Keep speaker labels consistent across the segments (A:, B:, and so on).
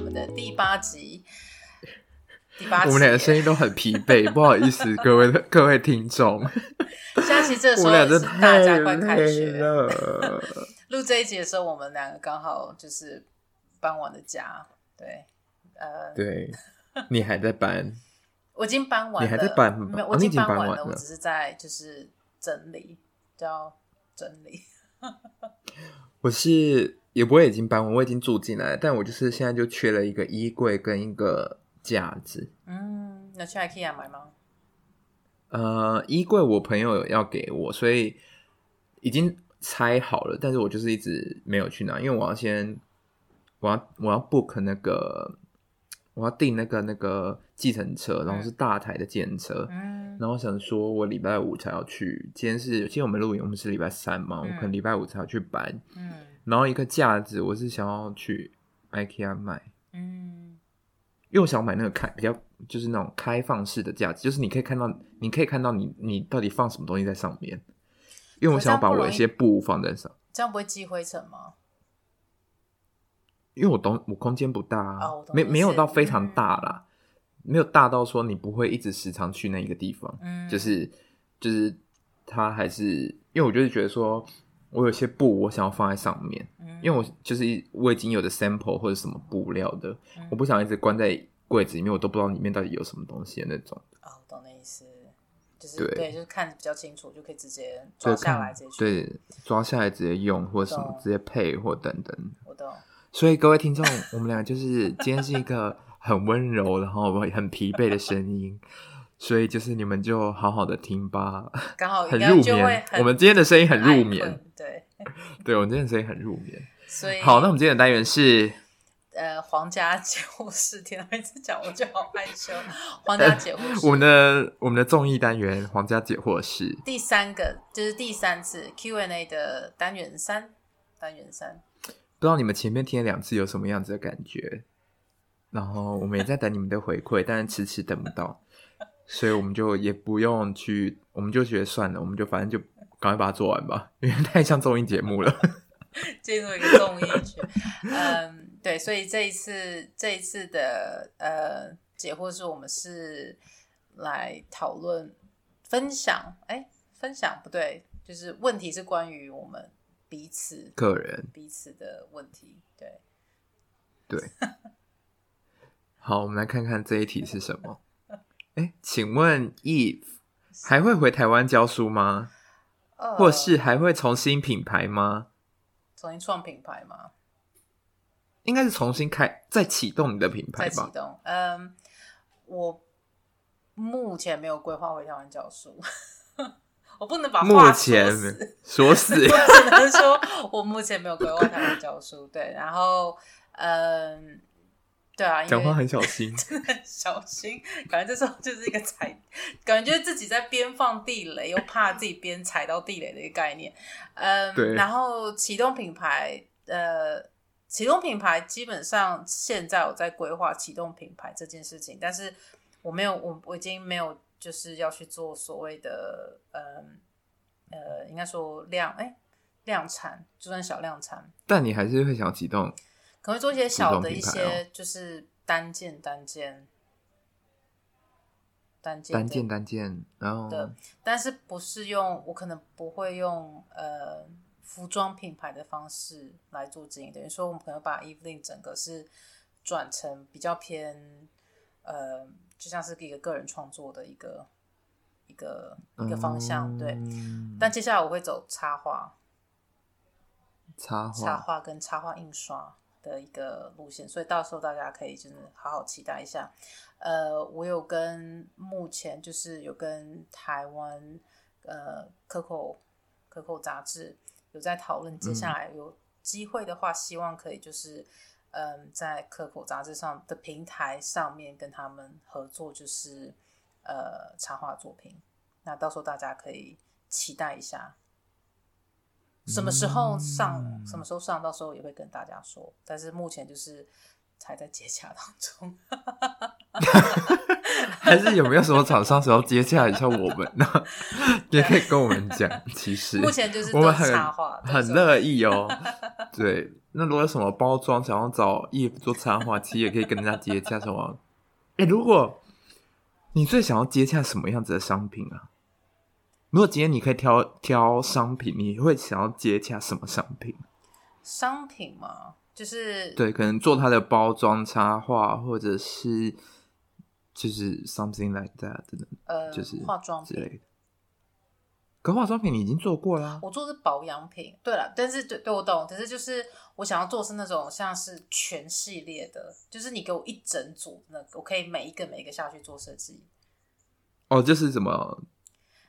A: 八集，第八集，
B: 我们俩的声音都很疲惫，不好意思，各位各位听众，
A: 下期这个时
B: 我
A: 候
B: 们俩
A: 也
B: 真
A: 是
B: 的
A: 大
B: 太
A: 家快开
B: 累
A: 学。
B: 了。
A: 录这一集的时候，我们两个刚好就是搬完的家，对，呃，
B: 对，你还在搬，
A: 我已经搬完了，
B: 你还在搬吗
A: 没有，
B: 哦
A: 我
B: 你已
A: 经
B: 经
A: 搬
B: 搬
A: 了，
B: 完
A: 我
B: 了
A: 只是在就是整理，叫整理。
B: 我是也不会已经搬完，我已经住进来了，但我就是现在就缺了一个衣柜跟一个架子。
A: 嗯，那去 IKEA 买吗？
B: 呃，衣柜我朋友有要给我，所以已经拆好了，但是我就是一直没有去拿，因为我要先，我要我要 book 那个，我要订那个那个计程车，然后是大台的计程车，
A: 嗯，
B: 然后想说我礼拜五才要去，今天是今天我们录影，我们是礼拜三嘛，我可能
A: 嗯
B: 礼拜五才要去搬，
A: 嗯
B: 然后一个架子我是想要去 IKEA 买。
A: 嗯
B: 因为我想买那个开比较就是那种开放式的架子，就是你可以看到，你可以看到你你到底放什么东西在上面。因为我想要把我一些布放在上，
A: 这样不会积灰尘吗？
B: 因为我懂我空间不大啊，
A: 哦我懂
B: 没
A: 意思
B: 没有到非常大啦，没有大到说你不会一直时常去那一个地方，
A: 嗯，
B: 就是就是它还是因为我就是觉得说我有些布我想要放在上面，
A: 嗯
B: 因为我就是一我已经有的 sample 或者什么布料的，
A: 嗯
B: 我不想一直关在柜子里面，我都不知道里面到底有什么东西的那种。
A: 哦，懂的意思，就是
B: 对
A: 就是看比较清楚，就可以直接抓
B: 对，
A: 下
B: 看
A: 来直接去。，
B: 对，抓下来直接用或什么
A: 懂，
B: 直接配或等等。
A: 我懂。
B: 所以各位听众，我们俩就是今天是一个很温柔，然后很疲惫的声音，所以就是你们就好好的听 吧，
A: 刚好哦应
B: 很
A: 该
B: 入
A: 就会
B: 眠。我们今天的声音很入
A: 爱
B: 眠，
A: 困，对，
B: 对我们今天的声音很入眠。
A: 所以
B: 好，那我们今天的单元是
A: 呃皇家解惑室，天哪，每次讲我就好害 羞。皇家解惑室，
B: 我们的我们的综艺单元《皇家解惑室》。
A: 第三个就是第三次 Q&A 的单元三，单元三，
B: 不知道你们前面听了两次有什么样子的感觉，然后我们也在等你们的回馈，但是迟迟等不到，所以我们就也不用去，我们就觉得算了，我们就反正就赶快把它做完吧，因为太像综艺节目了。
A: 进入一个综艺圈。 嗯，对，所以这一次这一次的呃解惑室，我们是来讨论分享，哎，分享不对，就是问题是关于我们彼此
B: 个人
A: 彼此的问题，对。
B: 对，好，我们来看看这一题是什么。哎，请问 Eve 还会回台湾教书吗？
A: 呃
B: 或是还会重新品牌吗？
A: 重新创品牌吗？
B: 应该是重新开，再启动你的品牌
A: 在启
B: 吧。
A: 动。嗯，我目前没有规划回台湾教书， 我不能把话
B: 目
A: 说
B: 前
A: 死
B: 锁死。
A: 只能说我目前没有规划台湾教书。对，然后嗯，对啊，因为
B: 讲话很小心，
A: 真的很小心，感觉这时候就是一个踩， 感觉自己在边放地雷，又怕自己边踩到地雷的一个概念。嗯，
B: 对
A: 然后启动品牌，呃，启动品牌基本上现在我在规划启动品牌这件事情，但是我没有，我我已经没有就是要去做所谓的，嗯，呃，应该说量，哎、量产，就算小量产，
B: 但你还是会想启动。
A: 可能会做一些小的一
B: 自动品牌哦
A: 些，就是单件单件单件的
B: 单件单件，然后
A: 的，但是不是用我可能不会用呃服装品牌的方式来做经营，等于说我们可能把 Evelyn 整个是转成比较偏呃，就像是一个个人创作的一个一个一个方向，对。
B: 嗯
A: 但接下来我会走插画，
B: 插
A: 插
B: 画
A: 画跟插画印刷的一个路线，所以到时候大家可以真的好好期待一下。呃，我有跟目前就是有跟台湾呃可口可口杂志有在讨论，接下来有机会的话，希望可以就是嗯、在可口杂志上的平台上面跟他们合作，就是呃插画作品。那到时候大家可以期待一下，什么时候上，
B: 嗯
A: 什么时候上，到时候也会跟大家说。但是目前就是还在接洽当中，
B: 还是有没有什么厂商想要接洽一下我们 呢？也可以跟我们讲。其实
A: 目前就是
B: 我
A: 都
B: 们
A: 是
B: 很
A: 插画，对
B: 很
A: 所以
B: 乐意哦。对，那如果有什么包装想要找业做插画，其实也可以跟人家接洽什么。哎、如果你最想要接洽什么样子的商品啊？如果今天你可以挑挑商品，你会想要接洽什么商品？
A: 商品嘛，就是
B: 对，可能做它的包装插画，或者是就是 something like that 等等
A: 呃，
B: 就是
A: 化妆
B: 之
A: 品
B: 类的。可化妆品你已经做过啦、
A: 我做的是保养品，对了，但是对对我懂，但是就是我想要做是那种像是全系列的，就是你给我一整组那个，我可以每一个每一个下去做设计。
B: 哦，就是什么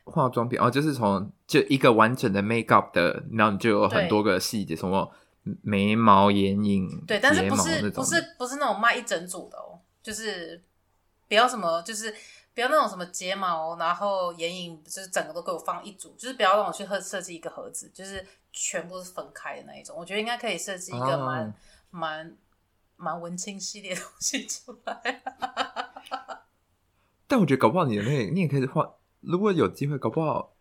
B: 化妆品哦，就是从就一个完整的 makeup 的，然后你就有很多个细节，什么眉毛、眼影、
A: 对，但是
B: 睫
A: 不
B: 毛
A: 是不
B: 那种
A: 是不是那种卖一整组的哦，就是不要什么，就是不要那种什么睫毛，然后眼影，就是整个都给我放一组，就是不要让我去设设计一个盒子，就是全部是分开的那一种。我觉得应该可以设计一个
B: 哦
A: 蛮蛮蛮文青系列的东西出来。
B: 但我觉得搞不好你的那个，你也可以画。如果有机会，搞不好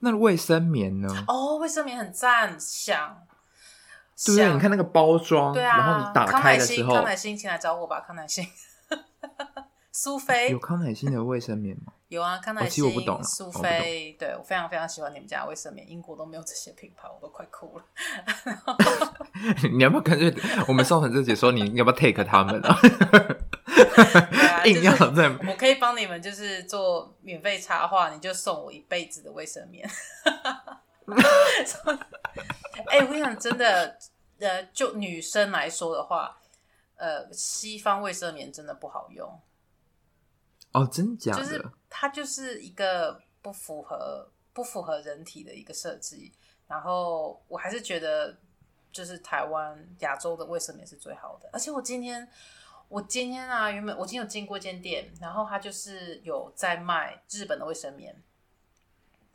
B: 那卫生棉呢？
A: 哦，卫生棉很赞，想。
B: 对不对？
A: 想
B: 你看那个包装，
A: 对啊，
B: 然后你打
A: 康
B: 开
A: 乃
B: 的
A: 馨
B: 时候
A: 康，乃馨，请来找我吧，康乃馨。 苏菲
B: 有康乃馨的卫生棉吗？
A: 有啊，康乃
B: 哦其
A: 馨、
B: 实我不懂啊
A: 苏
B: 我不懂
A: 菲，对我非常非常喜欢你们家的卫生棉，英国都没有这些品牌，我都快哭 了。
B: 你要不要干脆我们上传这节说你要不要 take 他们啊？
A: 对啊，
B: 硬要
A: 就是
B: 在
A: 我可以帮你们，就是做免费插画，你就送我一辈子的卫生 棉。哎、我跟你讲，真的，呃，就女生来说的话，呃，西方卫生棉真的不好用，
B: 哦，真假
A: 就
B: 的？
A: 是它就是一个不符合不符合人体的一个设计。然后我还是觉得，就是台湾亚洲的卫生棉是最好的。而且我今天我今天啊，原本我今天有经过一间店，然后它就是有在卖日本的卫生棉。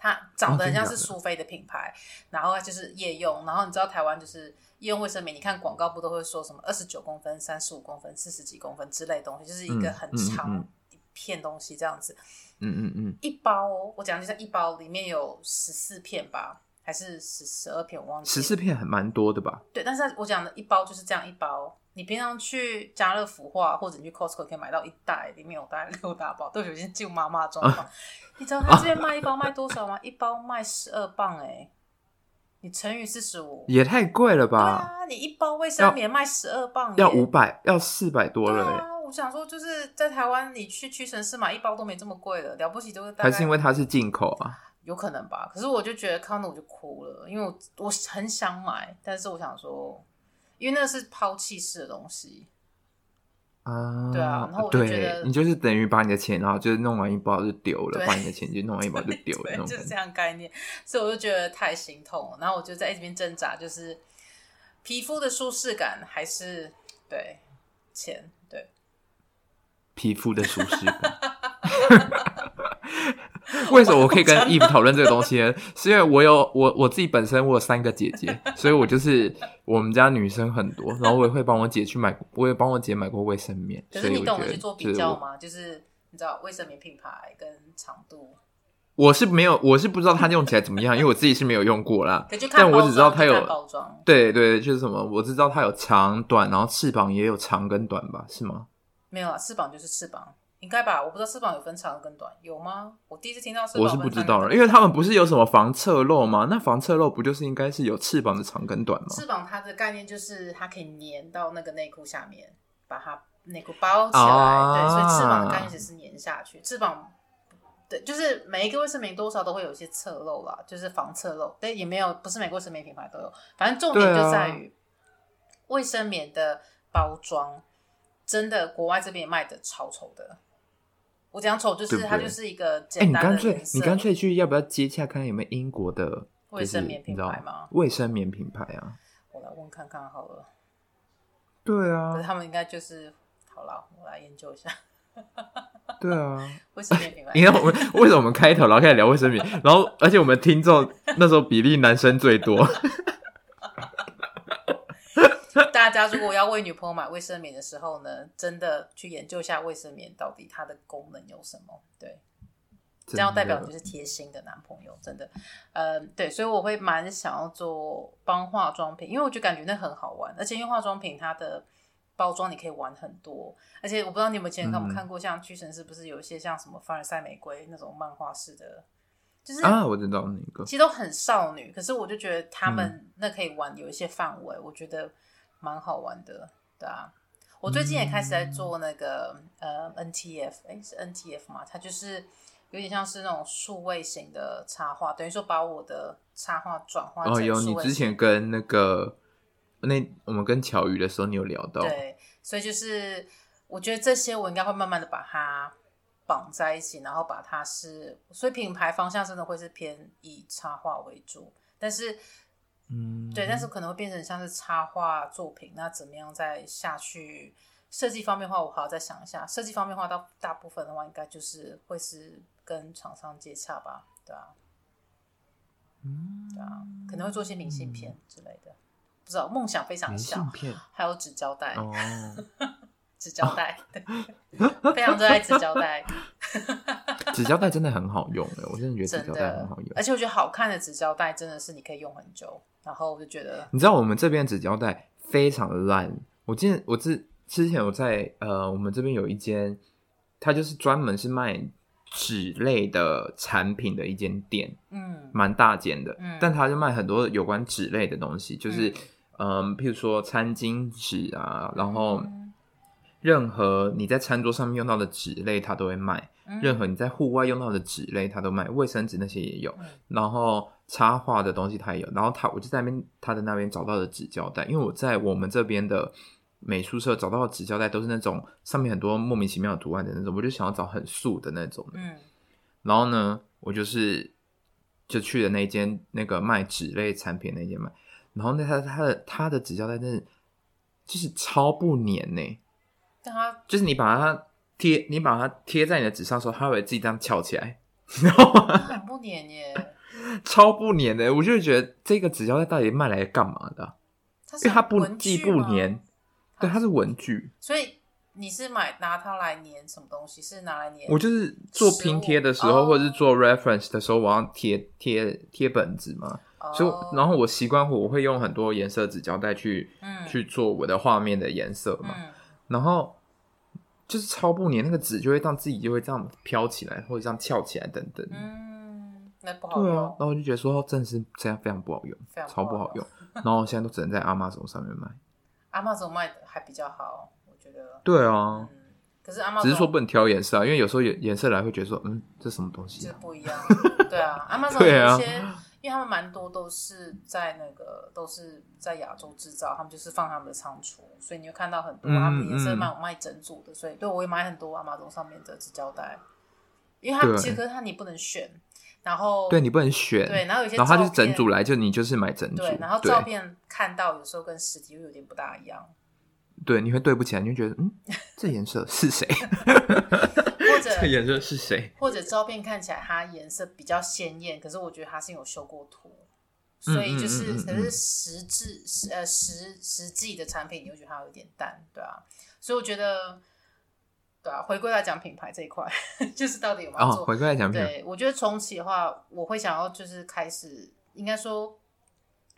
A: 它长得很像是
B: 哦真的假
A: 苏菲的品牌，然后它就是夜用，然后你知道台湾就是夜用卫生棉，你看广告不都会说什么二十九公分、三十五公分、四十几公分之类的东西，就是一个
B: 嗯
A: 很
B: 嗯
A: 长
B: 嗯
A: 一片东西这样子。
B: 嗯嗯嗯，
A: 一包哦，我讲就是一包里面有十四片吧，还是十十二片，我忘记了。
B: 十四片很蛮多的吧？
A: 对，但是我讲的一包就是这样一包。你平常去家乐福或或者你去 Costco 可以买到一袋，里面有大概六大包。对不起，我已经进入妈妈的状
B: 啊
A: 况。你知道他这 边卖一包卖多少吗？一包卖十二磅哎、你乘以四十五，
B: 也太贵了
A: 对
B: 吧？
A: 啊，你一包卫生棉卖十二磅耶，
B: 要五百，要四百多
A: 啊对
B: 了哎、
A: 啊，我想说就是在台湾你去屈臣氏买一包都没这么贵了，了不起就是大概
B: 还是因为它是进口啊？
A: 有可能吧。可是我就觉得看到我就哭了，因为我我很想买，但是我想说，因为那个是抛弃式的东西，
B: 啊，
A: 对啊然后我就觉得
B: 对你就是等于把你的钱，然后就是弄完一包就丢了，
A: 对
B: 把你的钱就弄完一包就丢
A: 对，
B: 了那种
A: 就是
B: 感
A: 这
B: 觉。
A: 样概念，所以我就觉得太心痛了。然后我就在这边挣扎，就是皮肤的舒适感还是对钱对。
B: 皮肤的舒 适感。为什么我可以
A: 啊
B: 跟 Eve 讨论这个东西呢？是因为我有我我自己本身我有三个姐姐，所以我就是我们家女生很多，然后我也会帮我姐去买，我也帮我姐买过卫生棉，
A: 可是
B: 所以
A: 你
B: 我
A: 懂
B: 觉
A: 得
B: 得
A: 去做比
B: 就是
A: 较
B: 我
A: 吗？就是你知道卫生棉品牌跟长度，
B: 我是没有，我是不知道它用起来怎么样，因为我自己是没有用过啦
A: 可。就看
B: 但我
A: 包
B: 只知道
A: 装
B: 它
A: 就看
B: 有
A: 包装，
B: 对对，就是什么，我只知道它有长短，然后翅膀也有长跟短吧，是吗？
A: 没有啊，翅膀就是翅膀，应该吧？我不知道翅膀有分长跟短，有吗？我第一次听到翅膀
B: 我
A: 分
B: 是
A: 长
B: 不
A: 跟
B: 知
A: 短，
B: 道了，因为他们不是有什么防侧漏吗？那防侧漏不就是应该是有翅膀的长跟短吗？
A: 翅膀它的概念就是它可以粘到那个内裤下面，把它内裤包起来。
B: 啊
A: 对，所以翅膀的概念只是粘下去。翅膀，对，就是每一个卫生棉多少都会有一些侧漏啦，就是防侧漏，但也没有不是每个卫生棉品牌都有。反正重点
B: 对啊
A: 就在于卫生棉的包装，真的国外这边也卖的超丑的。我讲丑就是
B: 对不对
A: 它就是一个
B: 哎、
A: 简
B: 你
A: 单
B: 干
A: 的
B: 脆
A: 颜色
B: 你干脆去，要不要接洽看看有没有英国的
A: 卫生棉品牌？
B: 就是你知道
A: 吗？
B: 卫生棉品牌啊，
A: 我来问看看好了。
B: 对
A: 可是
B: 啊，
A: 他们应该就是好了，我来研究一下
B: 对啊。
A: 卫生棉品牌。
B: 你看我们为什么我们开头然后开始聊卫生棉，然后而且我们听众那时候比例男生最多。
A: 大家如果要为女朋友买卫生棉的时候呢，真的去研究一下卫生棉到底它的功能有什么。对， 这样代表你就是贴心的男朋友，真的，呃，对，所以我会蛮想要做帮化妆品，因为我就感觉那很好玩，而且因为化妆品它的包装你可以玩很多，而且我不知道你们以前看
B: 嗯
A: 没看过，像屈臣氏不是有一些像什么凡尔赛玫瑰那种漫画式的，就是
B: 啊，我知道那个，
A: 其实都很少女，可是我就觉得他
B: 嗯
A: 们那可以玩有一些范围，我觉得蛮好玩的，对啊。我最近也开始在做那个、呃 NTF，哎是 NTF 吗？它就是有点像是那种数位型的插画，等于说把我的插画转化成
B: 哦，有
A: 数
B: 你
A: 位
B: 之
A: 型
B: 前跟那个那我们跟巧鱼的时候，你有聊到，
A: 对，所以就是我觉得这些我应该会慢慢的把它绑在一起，然后把它是，所以品牌方向真的会是偏以插画为主，但是
B: 嗯，
A: 对，但是可能会变成像是插画作品，那怎么样再下去设计方面的话，我还要再想一下。设计方面的话，到大部分的话，应该就是会是跟厂商接洽吧，对啊，
B: 嗯
A: 对啊，可能会做一些明信片之类的，不知道梦想非常
B: 明信
A: 小，
B: 片
A: 还有纸胶带，
B: 哦，
A: 纸胶带，对，非常热爱纸胶 带，
B: 纸胶带真的很好用哎，我真的觉得纸
A: 真
B: 胶带
A: 的
B: 很好用，
A: 而。且我觉得好看的纸胶带真的是你可以用很久，然后我就觉得，
B: 你知道我们这边纸胶带非常烂，我记得我之之前我在呃，我们这边有一间，它就是专门是卖纸类的产品的一间店，
A: 嗯
B: 蛮大间的，
A: 嗯
B: 但它就卖很多有关纸类的东西，就是
A: 嗯嗯
B: 嗯、譬如说餐巾纸啊，然后任何你在餐桌上面用到的纸类，它都会卖；
A: 嗯
B: 任何你在户外用到的纸类，它都卖。卫生纸那些也有，
A: 嗯
B: 然后插画的东西它也有。然后它，我就在那边他的那边找到的纸胶带，因为我在我们这边的美术社找到的纸胶带都是那种上面很多莫名其妙的图案的那种，我就想要找很素的那种的。
A: 嗯
B: 然后呢，我就是就去了那间那个卖纸类产品的那间买，然后那他他的他的纸胶带真的就是超不粘呢、
A: 但它
B: 就是你把它贴，你把它贴在你的纸上的时候，它会自己这样翘起来，然后
A: 它很不粘耶。
B: 超不粘的。我就觉得这个纸胶带到底卖来干嘛的啊？
A: 它是
B: 因为它不
A: 文
B: 既
A: 具
B: 不
A: 吗
B: 粘，对，它是文具。
A: 所以你是买拿它来粘什么东西？是拿来粘？
B: 我就是做
A: 实
B: 拼
A: 物
B: 贴的时
A: 哦
B: 候，或者是做 reference 的时候，我要贴贴贴本子嘛。
A: 哦
B: 所以我，然后我习惯我会用很多颜色纸胶带去
A: 嗯
B: 去做我的画面的颜色嘛。
A: 嗯
B: 然后就是超不粘，那个纸就会让自己就会这样飘起来，或者这样翘起来等等。
A: 嗯，那不好
B: 对啊，
A: 用
B: 然，后我就觉得说，真的是这样非常不好用，
A: 非常
B: 超不
A: 不
B: 好
A: 好
B: 用。然后现在都只能在阿玛总上面买。
A: 阿妈总卖的还比较好，我觉得。
B: 对啊，
A: 嗯，可是阿妈
B: 只是说不能挑颜色啊，因为有时候颜颜色来会觉得说，嗯，这什么东西
A: 就
B: 啊？
A: 不一样，对啊，阿妈总有
B: 对啊
A: 一些，因为他们蛮多都是在那个都是在亚洲制造，他们就是放他们的仓储，所以你会看到很多
B: 嗯
A: 他们也是
B: 嗯
A: 卖卖整组的，所以对我也买很多阿妈总上面的纸胶带，因为它其实可是它你不能选，然后
B: 对你不能选，
A: 对，然后有一些
B: 然后它就是
A: 照片
B: 整组来，就你就是买整组，
A: 对，然后
B: 对
A: 照片看到有时候跟实体又有点不大一 样，
B: 对，你会对不起来，你就觉得 嗯，这颜色是谁？
A: 或
B: 这
A: 者
B: 颜色是谁？
A: 或者照片看起来它颜色比较鲜艳，可是我觉得它是有修过图，所以就是、
B: 嗯嗯嗯嗯
A: 可是实质实呃实实际的产品，你会觉得它有点淡，对啊，所以我觉得对啊，回归来讲品牌这一块， 就是到底有没有
B: 哦，
A: 做
B: 回归来讲片，
A: 对，我觉得重启的话，我会想要就是开始，应该说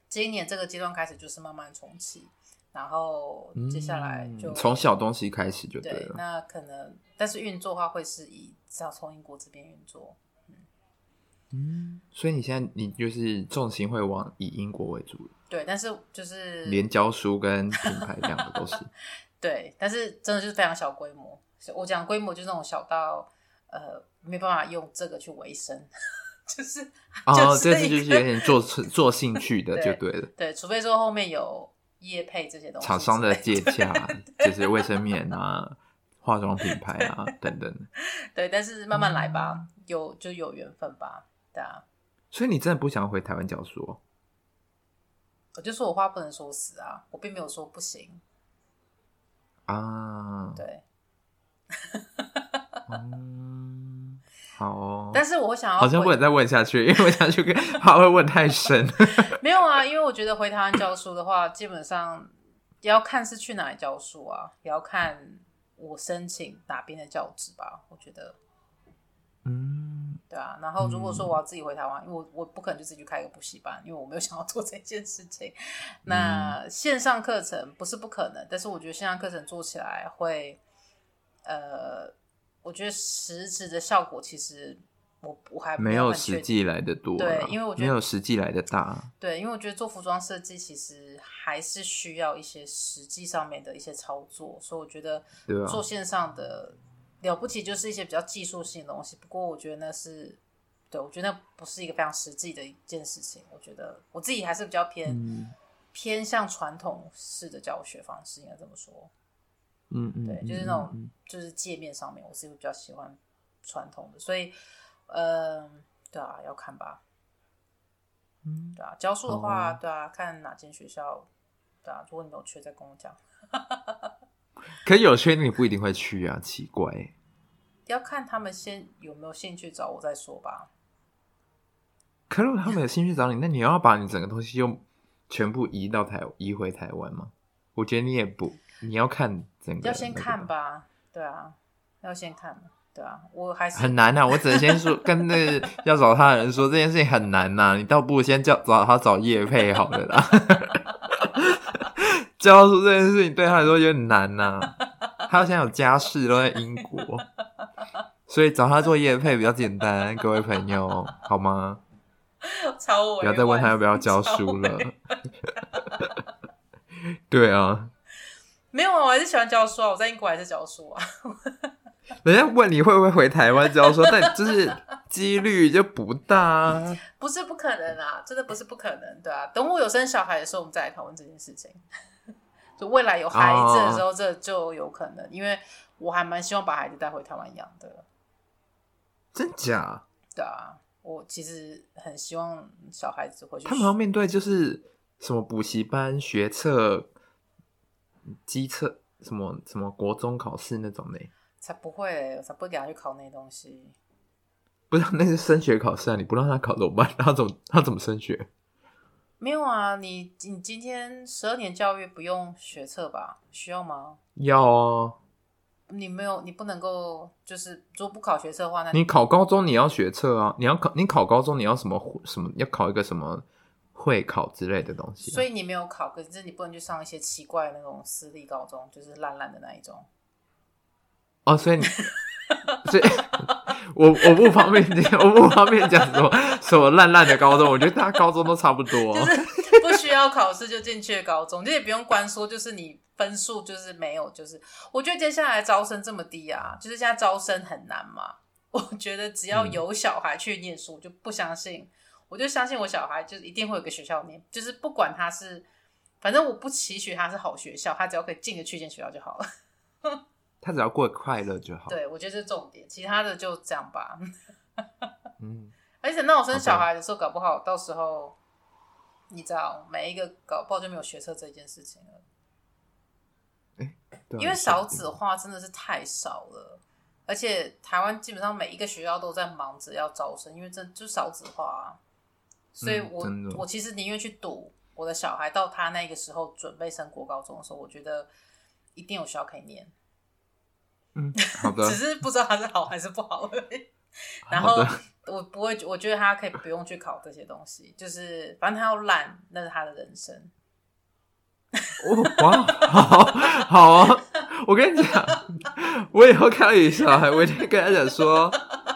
A: 今年这个阶段开始就是慢慢重启，然后接下来
B: 嗯
A: 就、
B: 从小东西开始就
A: 对，
B: 了。
A: 那可能但是运作的话会是以至少从英国这边运作，
B: 嗯，所以你现在你就是重心会往以英国为 主，
A: 对，但是就是
B: 连教书跟品牌两个 都是。
A: 对，但是真的就是非常小规模，我讲规模就是那种小到呃没办法用这个去维生， 就是
B: 哦，
A: 就是
B: 这次
A: 一
B: 就是
A: 个
B: 有点做做兴趣的就
A: 对
B: 对了，
A: 对，除非说后面有业配这些东西之类，
B: 厂商的接洽就是卫生棉啊、化妆品牌啊等等。
A: 对，但是慢慢来吧，有就有缘分吧，对啊。
B: 所以你真的不想回台湾教书、哦？
A: 我就说我话不能说死啊，我并没有说不行，
B: 啊，
A: 对。
B: 嗯，好哦。
A: 但是我想要
B: 好像
A: 回
B: 不能再问下去，因为问下去 他会问太深。
A: 没有啊，因为我觉得回台湾教书的话，基本上也要看是去哪里教书啊，也要看我申请哪边的教职吧。我觉得，
B: 嗯，
A: 对啊，然后如果说我要自己回台湾，因为我我不可能就自己去开一个补习班，因为我没有想要做这件事情。那线上课程不是不可能，但是我觉得线上课程做起来会，呃，我觉得实质的效果其实我我还
B: 没
A: 有
B: 有
A: 很确
B: 实
A: 定
B: 际来的多啦，
A: 对因为我觉
B: 没
A: 得
B: 有实际来的大，
A: 对，因为我觉得做服装设计其实还是需要一些实际上面的一些操作，所以我觉得
B: 对啊
A: 做线上的了不起就是一些比较技术性的东西。不过我觉得那是，对我觉得那不是一个非常实际的一件事情。我觉得我自己还是比较偏、
B: 嗯
A: 偏向传统式的教学方式，应该这么说。
B: 嗯嗯，
A: 对，就是
B: 嗯
A: 那种、
B: 嗯
A: 就是界面上面，我自己会比较喜欢传统的，所以，嗯、对啊，要看吧。
B: 嗯
A: 对啊，教书的话，
B: 哦
A: 对啊，看哪间学校，对啊，如果你有缺再跟我讲。
B: 可有些你不一定会去啊，奇怪、
A: 要看他们先有没有兴趣找我再说吧。
B: 可如果他们有兴趣找你，那你要把你整个东西又全部移到台移回台湾吗？我觉得你也不，你要看整个，
A: 要先看，吧，对啊，要先看，对啊，我还是
B: 很难啊。我只能先说跟那个要找他的人说这件事情很难呐、你倒不如先叫找他找叶配好了啦。 教书这件事情对他来说有点难呐、他现在有家室都在英国，所以找他做叶配比较简单，各位朋友好吗？
A: 超我，
B: 不要再问他要不要教书了。对啊，
A: 没有啊，我还是喜欢教书啊，我在英国还是教书啊。
B: 人家问你会不会回台湾教书，但就是几率就不大、啊。
A: 不是不可能啊，真的不是不可能，对啊。等我有生小孩的时候，我们再来讨论这件事情。 就未来有孩子的
B: 哦
A: 时候，这就有可能，因为我还蛮希望把孩子带回台湾养的。
B: 真假？
A: 对啊，我其实很希望小孩子回去。
B: 他们要面对就是什么补习班、学测、机测、什么什么国中考试那种呢？
A: 才不会欸、我才不会给他去考那些东西。
B: 不知道那是升学考试啊！你不让他考怎么办？他怎么他怎么升学？
A: 没有啊，你你今天十二年教育不用学测吧？需要吗？
B: 要啊！
A: 你没有，你不能够就是如果不考学测的话，那
B: 你考高中你要学测啊，你要考你考高中你要什么什么要考一个什么会考之类的东西啊、
A: 所以你没有考，可是你不能去上一些奇怪的那种私立高中，就是烂烂的那一种。
B: 哦，所以你所以我我不方便讲，我不方便讲什么什么烂烂的高中，我觉得大家高中都差不多、啊
A: 不需要考试就进去的高中，就也不用关说，就是你分数就是没有，就是我觉得接下来招生这么低啊，就是现在招生很难嘛。我觉得只要有小孩去念书，我就不相信，我就相信我小孩就是一定会有个学校念，就是不管他是，反正我不期许他是好学校，他只要可以进得去一间学校就好了。
B: 他只要过得快乐就好。，
A: 对，我觉得这是重点，其他的就这样吧。
B: 嗯，
A: 而且那我生
B: OK
A: 小孩的时候，搞不好到时候，你知道，每一个搞不好就没有学车这件事情了，
B: 对啊
A: 因为少子，哦化真的是太少了，而且台湾基本上每一个学校都在忙着要招生，因为这就少子化、啊，所以
B: 嗯
A: 我、
B: 真的
A: 我其实宁愿去赌我的小孩到他那个时候准备升国高中的时候，我觉得一定有学校可以念，
B: 嗯，好的
A: 只，是不知道他是好还是不好而已。然
B: 啊好
A: 后
B: 的
A: 我不会，我觉得他可以不用去考这些东西，就是反正他要烂，那是他的人生。
B: 哦哇，好好啊！我跟你讲，我以后看到有小孩，我一定跟他讲说，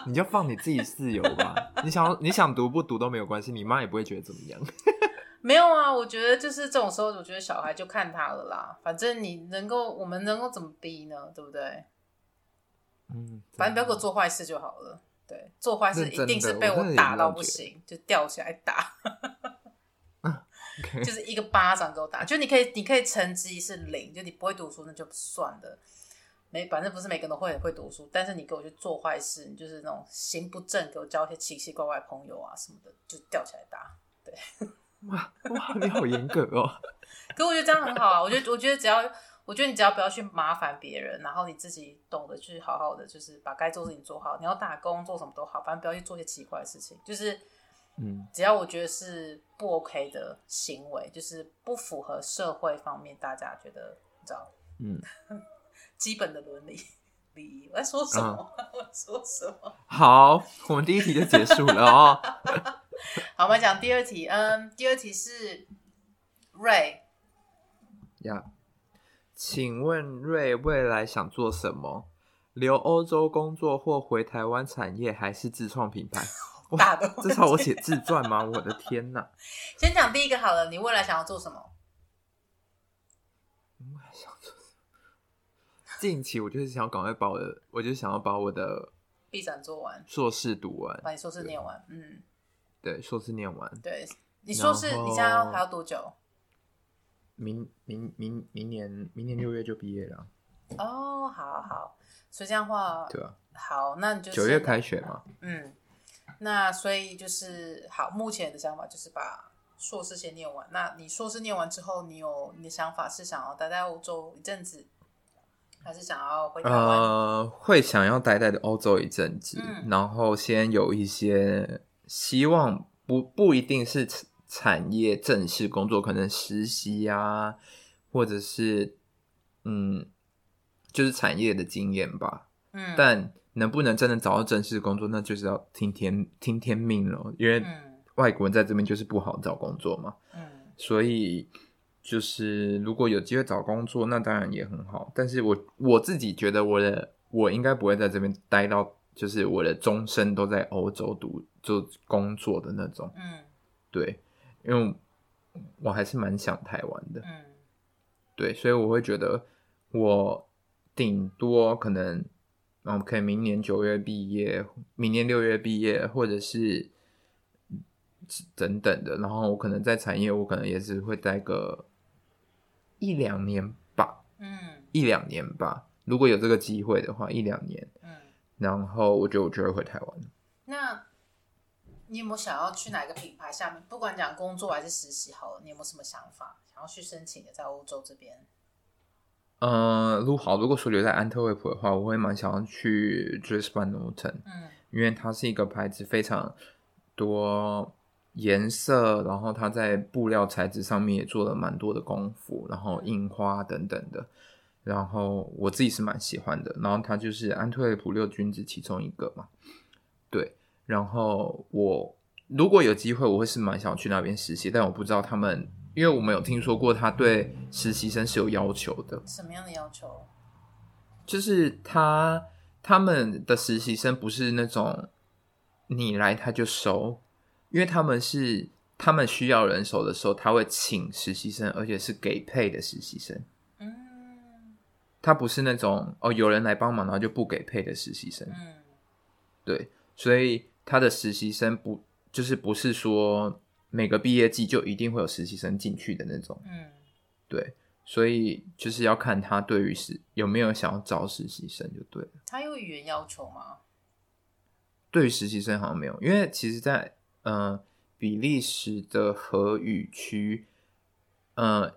B: 你就放你自己自由吧，你想你想读不读都没有关系，你妈也不会觉得怎么样。
A: 没有啊，我觉得就是这种时候，我觉得小孩就看他了啦。反正你能够，我们能够怎么逼呢？对不对？
B: 嗯，
A: 反正不要给我做坏事就好了。对，做坏事
B: 认真的
A: 一定是被
B: 我真的也
A: 打到
B: 这样觉得
A: 不行，就吊起来打，
B: OK
A: 就是一个巴掌给我打。就你可以，你可以成绩是零，就你不会读书那就算了。没，反正不是每个人都会会读书，但是你给我去做坏事，你就是那种行不正，给我交一些奇奇怪怪的朋友啊什么的，就吊起来打。
B: 哇哇，你好严格哦。
A: 可我觉得这样很好啊，我觉得我觉得只要我觉得你只要不要去麻烦别人，然后你自己懂得去好好的，就是把该做的事情做好。你要打工做什么都好，反正不要去做一些奇怪的事情。就是
B: 嗯
A: 只要我觉得是不 OK 的行为，就是不符合社会方面大家觉得你知道
B: 嗯，
A: 基本的伦理。力。我在说什么？ 我在说什么？
B: 好，我们第一题就结束了哦。
A: 好，我们讲第二题。嗯，第二题是 Ray，
B: 呀、请问瑞未来想做什么？留欧洲工作或回台湾产业，还是自创品牌？哇，
A: 大的问
B: 至
A: 题
B: 少我写自传吗？我的天 哪！
A: 先讲第一个好了。你未来想要做什么？
B: 我还想做什么嗯近期我就是想要赶快把我的，我就想要把我的
A: 必展做完，
B: 硕士读完，
A: 把你硕士念完。嗯，
B: 对，硕士念完，
A: 对。你硕士
B: 然
A: 你
B: 后
A: 现在要还要多久？
B: 明明明明年明年六月就毕业了，
A: 哦，好好。所以这样的话，
B: 对吧、
A: 好，那你就
B: 九
A: 先
B: 月开学嘛，
A: 嗯，那所以就是好，目前的想法就是把硕士先念完。那你硕士念完之后，你有你的想法是想要待在欧洲一阵子，还是想要回台湾？
B: 呃，会想要待在欧洲一阵子，
A: 嗯
B: 然后先有一些希望不，不一定是产产业正式工作，可能实习啊，或者是嗯，就是产业的经验吧。
A: 嗯，
B: 但能不能真的找到正式工作，那就是要听天听天命了，因为
A: 嗯
B: 外国人在这边就是不好找工作嘛。
A: 嗯
B: 所以就是如果有机会找工作，那当然也很好。但是我我自己觉得我的我应该不会在这边待到，就是我的终身都在欧洲读就工作的那种。
A: 嗯
B: 对，因为我还是蛮想台湾的。
A: 嗯
B: 对，所以我会觉得我顶多可能，嗯，可以明年九月毕业，明年六月毕业，或者是等等的。然后我可能在产业，我可能也是会待个一两年吧，
A: 嗯
B: 一两年吧。如果有这个机会的话，一两年。
A: 嗯。
B: 然后我觉得我就会回台湾。
A: 那你有没有想要去哪个品牌下面？不管讲工作还是实习好了，你有没有什么想法想要去申请的在欧洲这边？
B: 嗯，如好，如果说留在安特卫普的话，我会蛮想要去 d r e s b a n Norton。
A: 嗯
B: 因为它是一个牌子非常多颜色，然后它在布料材质上面也做了蛮多的功夫，然后印花等等的，然后我自己是蛮喜欢的。然后它就是安特卫普六君子其中一个嘛，对。然后我如果有机会，我会是蛮想去那边实习，但我不知道他们，因为我们有听说过他对实习生是有要求的，
A: 什么样的要求？
B: 就是他他们的实习生不是那种你来他就收，因为他们是他们需要人手的时候，他会请实习生，而且是给配的实习生。
A: 嗯
B: 他不是那种哦有人来帮忙然后就不给配的实习生，
A: 嗯
B: 对，所以他的实习生不就是不是说每个毕业季就一定会有实习生进去的那种，
A: 嗯
B: 对，所以就是要看他对于实有没有想要招实习生就对了。
A: 他有语言要求吗？
B: 对于实习生好像没有，因为其实在，呃比利时的荷语区，呃，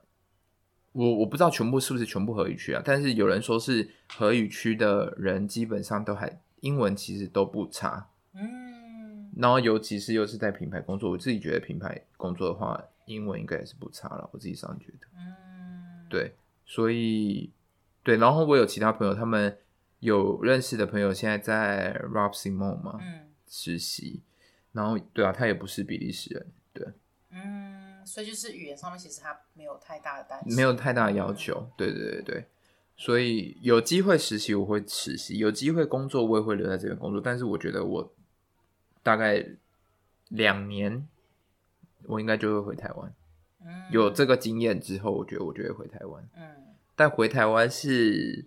B: 我我不知道全部是不是全部荷语区啊，但是有人说是荷语区的人基本上都还英文其实都不差，
A: 嗯
B: 然后尤其是又是在品牌工作，我自己觉得品牌工作的话，英文应该也是不差了，我自己上觉得。
A: 嗯，，
B: 对，所以对，然后我有其他朋友，他们有认识的朋友现在在 Rob Simon 嘛，
A: 嗯
B: 实习，然后对啊，他也不是比利时人，
A: 嗯，所以就是语言上面其实他没有太大的担心，
B: 没有太大的要求。对对对对，所以有机会实习我会实习，有机会工作我也会留在这边工作，但是我觉得我大概两年，我应该就会回台湾。
A: 嗯
B: 有这个经验之后，我觉得我就会回台湾。
A: 嗯
B: 但回台湾是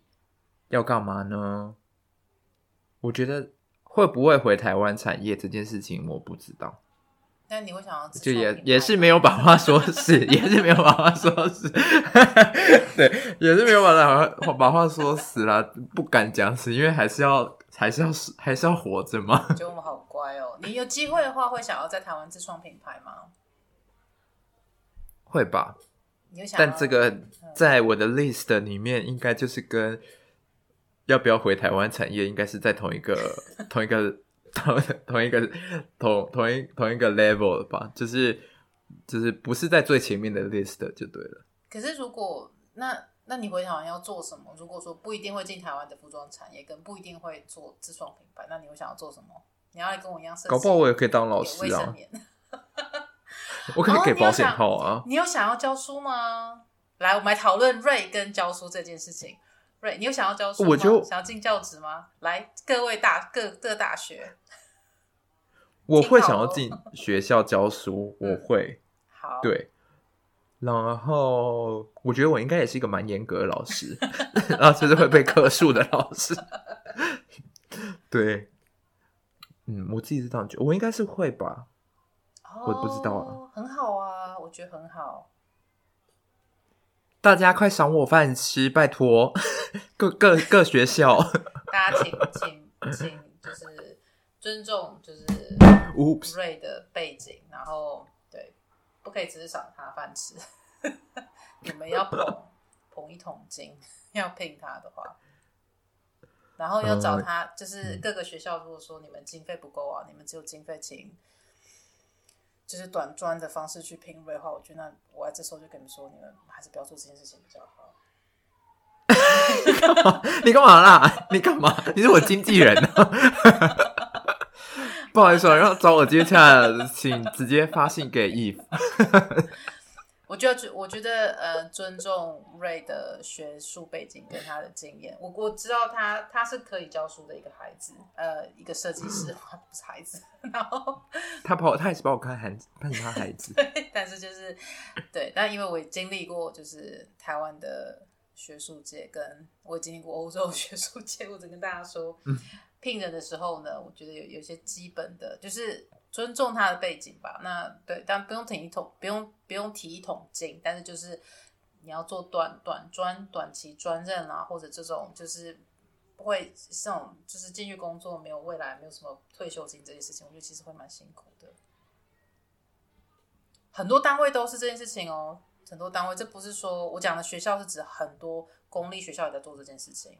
B: 要干嘛呢？我觉得会不会回台湾产业这件事情，我不知道。
A: 那你会想要自
B: 就
A: 创
B: 也
A: 品牌
B: 也是没有把话说死，也是没有把话说死， 对，也是没有把话把话说死啦，不敢讲死，因为还是要还是要还是要活着嘛。
A: 觉得我们好乖哦。你有机会的话，会想要在台湾自创品牌吗？
B: 会吧？
A: 你会想要？嗯
B: 但这个在我的 list 里面，应该就是跟要不要回台湾产业，应该是在同一个同一个同同一个同同一同一个 level 的吧，就是就是不是在最前面的 list 就对了。
A: 可是如果那那你回台湾要做什么？如果说不一定会进台湾的服装产业，跟不一定会做自创品牌，那你会想要做什么？你要来跟我一样设计，
B: 搞不好我也可以当老师
A: 卫生
B: 啊，
A: 棉。
B: 我可以
A: 哦
B: 给
A: 你要
B: 保险
A: 想
B: 号啊。
A: 你有想要教书吗？来，我们来讨论瑞跟教书这件事情。瑞，你有想要教书吗？
B: 我就
A: 想要进教职吗？来，各位大各各大学，
B: 我
A: 挺
B: 会
A: 好
B: 想要
A: 哦
B: 进学校教书，我
A: 嗯
B: 会
A: 好，，
B: 对。然后我觉得我应该也是一个蛮严格的老师， 然后就是会被克数的老师。 对，嗯，我自己是这样觉得，我应该是会吧。
A: 哦、
B: 我不知道啊，
A: 很好啊，我觉得很好。
B: 大家快赏我饭吃，拜托！各各各学校
A: 大家请请请，就是尊重，就是
B: ，oops，
A: 瑞的背景，然后对，不可以只是赏他饭吃， 你们要捧捧一桶金，要聘他的话，然后要找他，就是各个学校，如果说你们经费不够啊，你们只有经费请。就是短专的方式去评瑞的话，我觉得那我在这时候就跟你们说，你们还是不要做这件事情比较好。
B: 你干嘛啦？你干嘛？你是我经纪人、啊。 不好意思、啊，要找我接洽，请直接发信给 Eve。
A: 我觉得，我觉得，呃，尊重瑞的学术背景跟他的经验，我我知道他他是可以教书的一个孩子，呃，一个设计师， 哇不是孩子，然后
B: 他把我，他也是把我看孩子，看成他孩子。
A: 但是就是对，但因为我也经历过，就是台湾的学术界，跟我也经历过欧洲的 学术界，我只跟大家说，聘人的时候呢，我觉得有有一些基本的，就是尊重他的背景吧。那对，但不用提一桶，不用不用提一桶金，但是就是你要做短短专、短期专任啊，或者这种就是不会这种就是进去工作没有未来，没有什么退休金这些事情，我觉得其实会蛮辛苦的。很多单位都是这件事情哦，很多单位，这不是说我讲的学校是指很多公立学校也在做这件事情。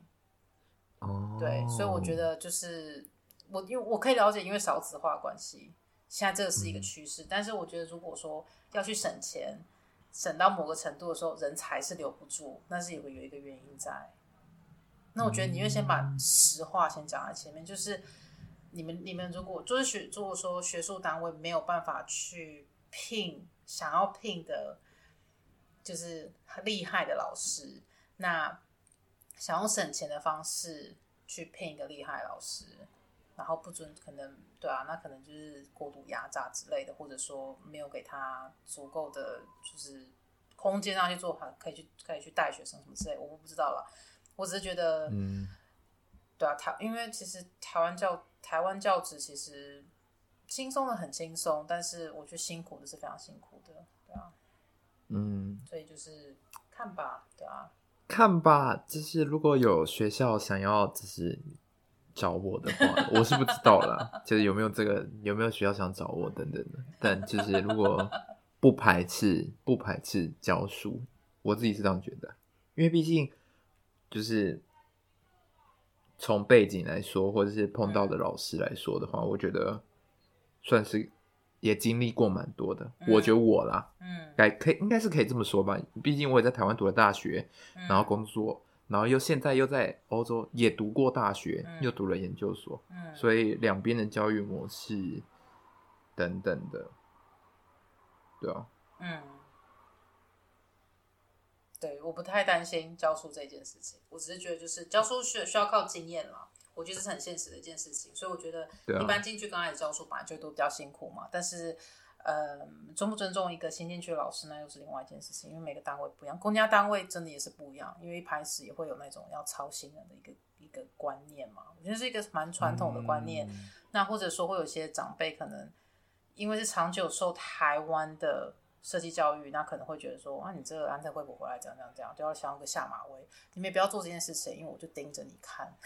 B: 哦，
A: 对，所以我觉得就是我，因为我可以了解，因为少子化的关系，现在这个是一个趋势。但是我觉得，如果说要去省钱，省到某个程度的时候，人才是留不住，那是有个有一个原因在。那我觉得你就先把实话先讲在前面，就是你们你们如果就是学，如果说学术单位没有办法去聘想要聘的，就是很厉害的老师，那想用省钱的方式去聘一个厉害的老师，然后不准可能对啊，那可能就是过度压榨之类的，或者说没有给他足够的就是空间让他去做，可以去可以去带学生什么之类，我不知道啦。我只是觉得，
B: 嗯，
A: 对啊，台因为其实台湾教台湾教职其实轻松的很轻松，但是我觉得辛苦的是非常辛苦的，对啊，
B: 嗯，
A: 所以就是看吧，对啊，
B: 看吧，就是如果有学校想要就是找我的话，我是不知道啦，就是有没有这个有没有学校想找我等等的，但就是如果不排斥不排斥教书，我自己是这样觉得，因为毕竟就是从背景来说，或者是碰到的老师来说的话，我觉得算是也经历过蛮多的，我觉得我啦，
A: 嗯，
B: 该可以应该是可以这么说吧，毕竟我也在台湾读了大学，
A: 嗯
B: 然后工作，然后又现在又在欧洲也读过大学，
A: 嗯
B: 又读了研究所，
A: 嗯，
B: 所以两边的教育模式等等的，对啊，
A: 嗯，对，我不太担心教书这件事情，我只是觉得就是教书需需要靠经验啦，我觉得这是很现实的一件事情，所以我觉得
B: 对啊
A: 一般进去刚开始教书本来就都比较辛苦嘛，但是。呃，尊不尊重一个新进去的老师，那又是另外一件事情，因为每个单位不一样，公家单位真的也是不一样，因为一开始也会有那种要操新人的一个一个观念嘛，我觉得是一个蛮传统的观念，
B: 嗯
A: 那或者说会有些长辈可能因为是长久受台湾的设计教育，那可能会觉得说啊，你这个安特惠普回来怎样怎样怎样，就要想要个下马威，你们也不要做这件事情，因为我就盯着你看。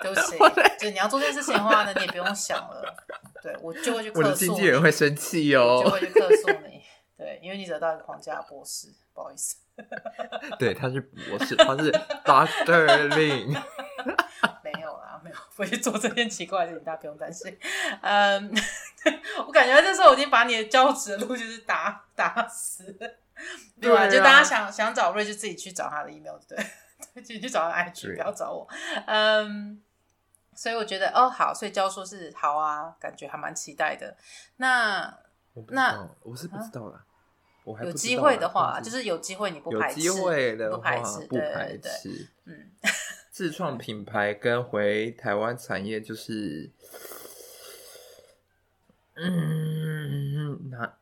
A: 对不起，就你要做这件事情的话呢，你也不用想了。对我就会去
B: 我的
A: 客
B: 经
A: 诉
B: 纪
A: 你，
B: 人会生气
A: 就
B: 哦，
A: 会去客诉你。对，因为你惹到一个皇家博士，不好意思，
B: 对，他是博士，他是 Doctor Lin，
A: 没有啦，没有，不会去做这件奇怪的事情，大家不用担心。 嗯，我感觉这时候我已经把你的教职的路就是打打死了。对吧、
B: 对啊
A: 就大家想想找瑞，就自己去找他的 email，对， 对，自己去找他的 IG，
B: 对
A: 不要找我。嗯，所以我觉得哦，好，所以教说是好啊，感觉还蛮期待的。那
B: 我不知
A: 那啊
B: 道我是不知道啦，我还
A: 有
B: 不知
A: 机
B: 道
A: 会
B: 啦
A: 的话，
B: 但
A: 就是有机会你不
B: 有
A: 排斥，
B: 机会的
A: 不
B: 话
A: 排斥，
B: 不
A: 对
B: 排
A: 对对，
B: 斥。
A: 嗯，
B: 自创品牌跟回台湾产业就是，嗯，那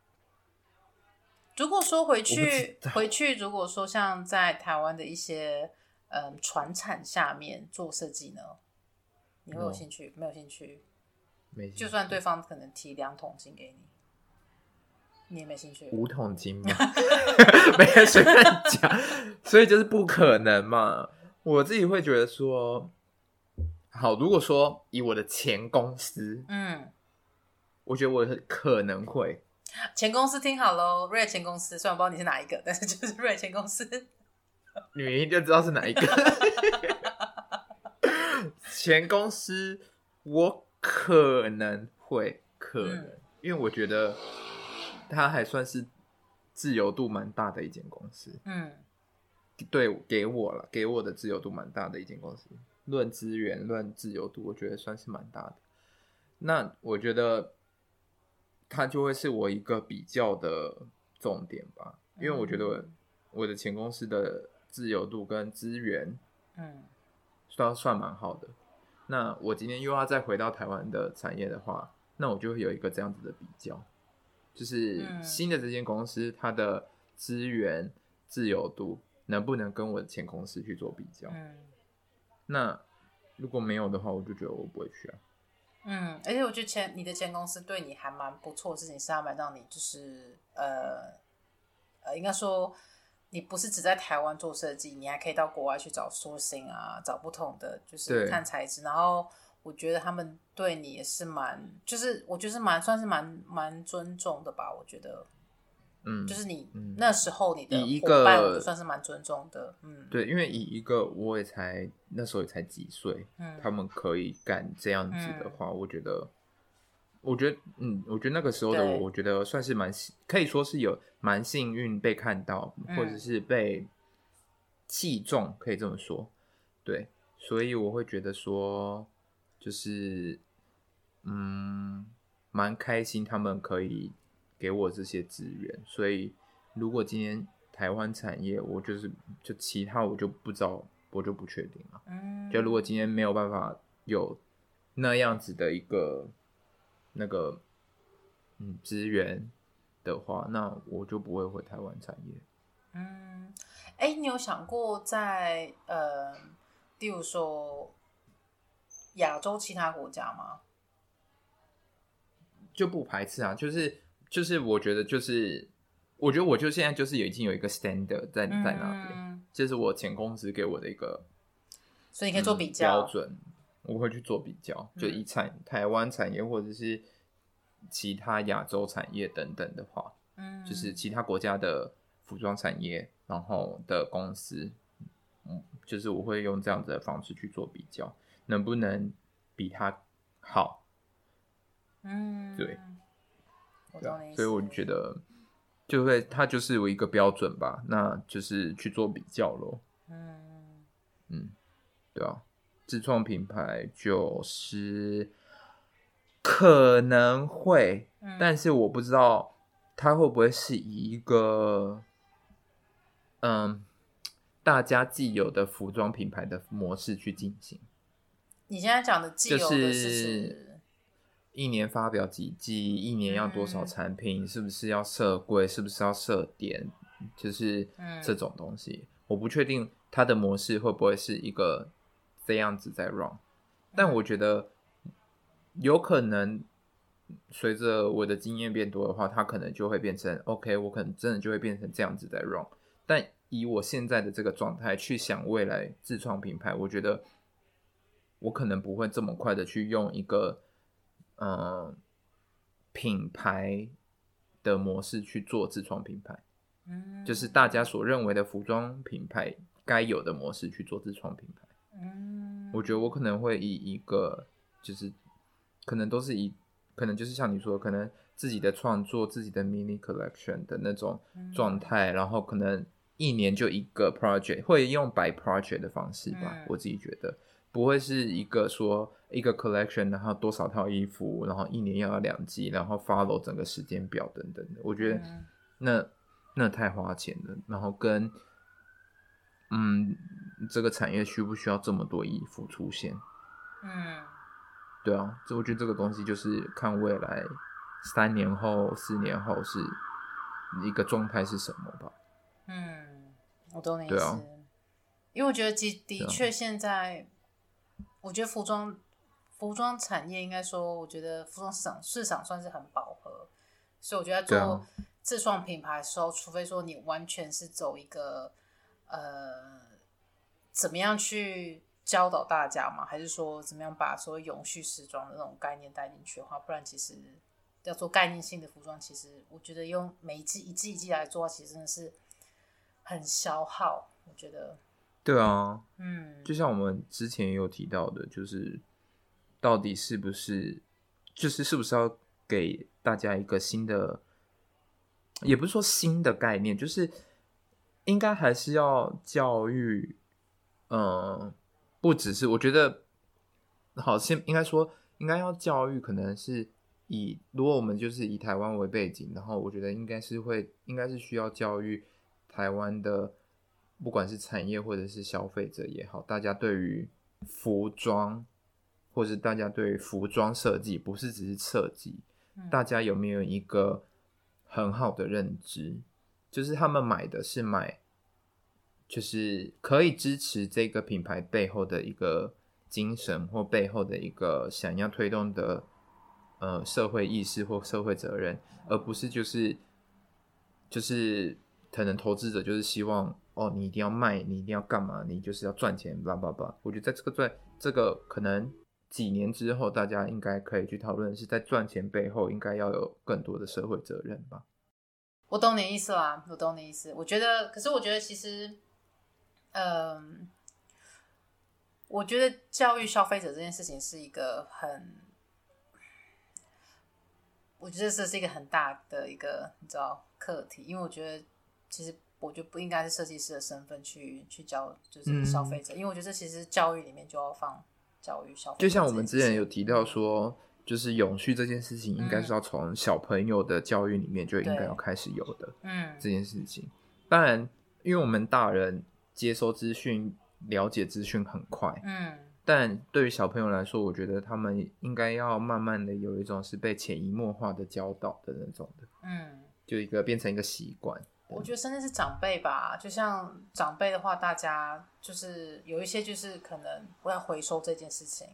A: 如果说回
B: 我不知
A: 去
B: 道
A: 回去，如果说像在台湾的一些嗯船产下面做设计呢，你会有
B: 嗯
A: 兴趣？没有兴趣，
B: 没兴
A: 就
B: 趣
A: 算对方可能提两桶金给你，你也没兴趣。
B: 五桶金嘛， 没人随便讲，所以就是不可能嘛。我自己会觉得说，好，如果说以我的前公司，
A: 嗯，
B: 我觉得我可能会，
A: 前公司听好喽，瑞前公司，虽然我不知道你是哪一个，但是就是瑞前公司。
B: 你们一定知道是哪一个。 前公司我可能会可能，
A: 嗯
B: 因为我觉得它还算是自由度蛮大的一间公司，
A: 嗯
B: 对，给我了，给我的自由度蛮大的一间公司。论资源，论自由度，我觉得算是蛮大的。那我觉得它就会是我一个比较的重点吧，因为我觉得我我的前公司的自由度跟资源
A: 嗯
B: 算算蛮好的。那我今天又要再回到台湾的产业的话，那我就会有一个这样子的比较，就是
A: 嗯
B: 新的这间公司它的资源自由度能不能跟我的前公司去做比较？
A: 嗯
B: 那如果没有的话，我就觉得我不会去啊。
A: 嗯，而且我觉得前你的前公司对你还蛮不错的事情，是他们让你就是呃呃，应该说你不是只在台湾做设计，你还可以到国外去找 sourcing 啊，找不同的就是
B: 对
A: 看材质，然后。我觉得他们对你也是蛮，就是我觉得是蛮算是蛮蛮尊重的吧。我觉得，
B: 嗯，
A: 就是你、
B: 嗯
A: 那时候你的
B: 以一
A: 伙伴，
B: 个
A: 我就算是蛮尊重的，嗯，，
B: 对，因为以一个我也才那时候也才几岁，
A: 嗯，
B: 他们可以敢这样子的话，我觉得，我觉得，嗯，我觉得那个时候的
A: 对
B: 我，我觉得算是蛮幸，可以说是有蛮幸运被看到，
A: 嗯
B: 或者是被器重，可以这么说。对，所以我会觉得说，就是，嗯，蛮开心他们可以给我这些资源，所以如果今天台湾产业，我就是就其他我就不知道，我就不确定了。
A: 嗯，
B: 就如果今天没有办法有那样子的一个那个嗯资源的话，那我就不会回台湾产业。
A: 嗯，哎，你有想过在呃，例如说亚洲其他国家吗？
B: 就不排斥啊，就是就是我觉得就是我觉得我就现在就是已经有一个 standard 在在那边，
A: 嗯，
B: 这、是我前公司给我的一个
A: 所以你可以做
B: 嗯
A: 比较，
B: 标准，我会去做比较，
A: 嗯
B: 就以产台湾产业或者是其他亚洲产业等等的话，
A: 嗯，
B: 就是其他国家的服装产业，然后的公司，嗯，就是我会用这样子的方式去做比较，能不能比它好？
A: 嗯，
B: 对，
A: 我
B: 对啊
A: 懂你意思，
B: 所以我就觉得就会它就是我一个标准吧，那就是去做比较咯，
A: 嗯，
B: 嗯，对啊，自创品牌就是可能会，
A: 嗯
B: 但是我不知道它会不会是以一个嗯大家既有的服装品牌的模式去进行，
A: 你现在讲的既有
B: 就
A: 的
B: 是一年发表几季，一年要多少
A: 嗯
B: 产品，是不是要设柜，是不是要设点，就是
A: 嗯
B: 这种东西，我不确定它的模式会不会是一个这样子在 run，但我觉得有可能随着我的经验变多的话，它可能就会变成 OK，我可能真的就会变成这样子在 run。但以我现在的这个状态去想未来自创品牌，我觉得我可能不会这么快的去用一个嗯、呃品牌的模式去做自创品牌。
A: 嗯，
B: 就是大家所认为的服装品牌该有的模式去做自创品牌。
A: 嗯，
B: 我觉得我可能会以一个就是可能都是以可能就是像你说的，可能自己的创作、自己的 mini collection 的那种
A: 嗯
B: 状态，然后可能一年就一个 project，会用 by project 的方式吧，
A: 嗯
B: 我自己觉得不会是一个说一个 collection，然后多少套衣服，然后一年要有两季，然后 follow 整个时间表等等的，我觉得
A: 嗯
B: 那那太花钱了，然后跟嗯这个产业需不需要这么多衣服出现？
A: 嗯
B: 对啊，这我觉得这个东西就是看未来三年后、四年后是一个状态是什么吧。
A: 嗯，我懂你意
B: 对
A: 思。
B: 啊
A: 因为我觉得其的
B: 对啊
A: 确现在，我觉得服装服装产业应该说，我觉得服装市场市场算是很饱和，所以我觉得
B: 对
A: 做
B: 啊
A: 自创品牌的时候，除非说你完全是走一个呃，怎么样去教导大家嘛，还是说怎么样把所谓永续时装的那种概念带进去的话，不然其实要做概念性的服装，其实我觉得用每一季一季一季来做，其实真的是很消耗。我觉得，
B: 对啊，
A: 嗯，
B: 就像我们之前也有提到的，就是到底是不是，就是是不是要给大家一个新的，也不是说新的概念，就是应该还是要教育，嗯、不只是我觉得，好，先应该说应该要教育，可能是以如果我们就是以台湾为背景，然后我觉得应该是会，应该是需要教育台湾的，不管是产业或者是消费者也好，大家对于服装，或是大家对于服装设计，不是只是设计，
A: 嗯
B: 大家有没有一个很好的认知？就是他们买的是买，就是可以支持这个品牌背后的一个精神或背后的一个想要推动的呃社会意识或社会责任，而不是就是就是可能投资者就是希望哦，你一定要卖，你一定要干嘛，你就是要赚钱，叭叭叭。我觉得在这个赚这个可能几年之后，大家应该可以去讨论是在赚钱背后应该要有更多的社会责任吧。
A: 我懂你意思啦，我懂你意思。我觉得，可是我觉得其实，嗯、我觉得教育消费者这件事情是一个很，我觉得这是一个很大的一个你知道课题，因为我觉得其实我觉得不应该是设计师的身份去去教就是
B: 嗯
A: 消费者，因为我觉得这其实教育里面就要放教育消费者这件事
B: 就
A: 情，
B: 像我们之前有提到说，就是永续这件事情，应该是要从小朋友的教育里面就应该要开始有的。
A: 嗯
B: 这件事情。当然，因为我们大人接收资讯、了解资讯很快，
A: 嗯
B: 但对于小朋友来说，我觉得他们应该要慢慢的有一种是被潜移默化的教导的那种的，
A: 嗯。
B: 就一个变成一个习惯。
A: 我觉得甚至是长辈吧，就像长辈的话，大家就是有一些就是可能我要回收这件事情，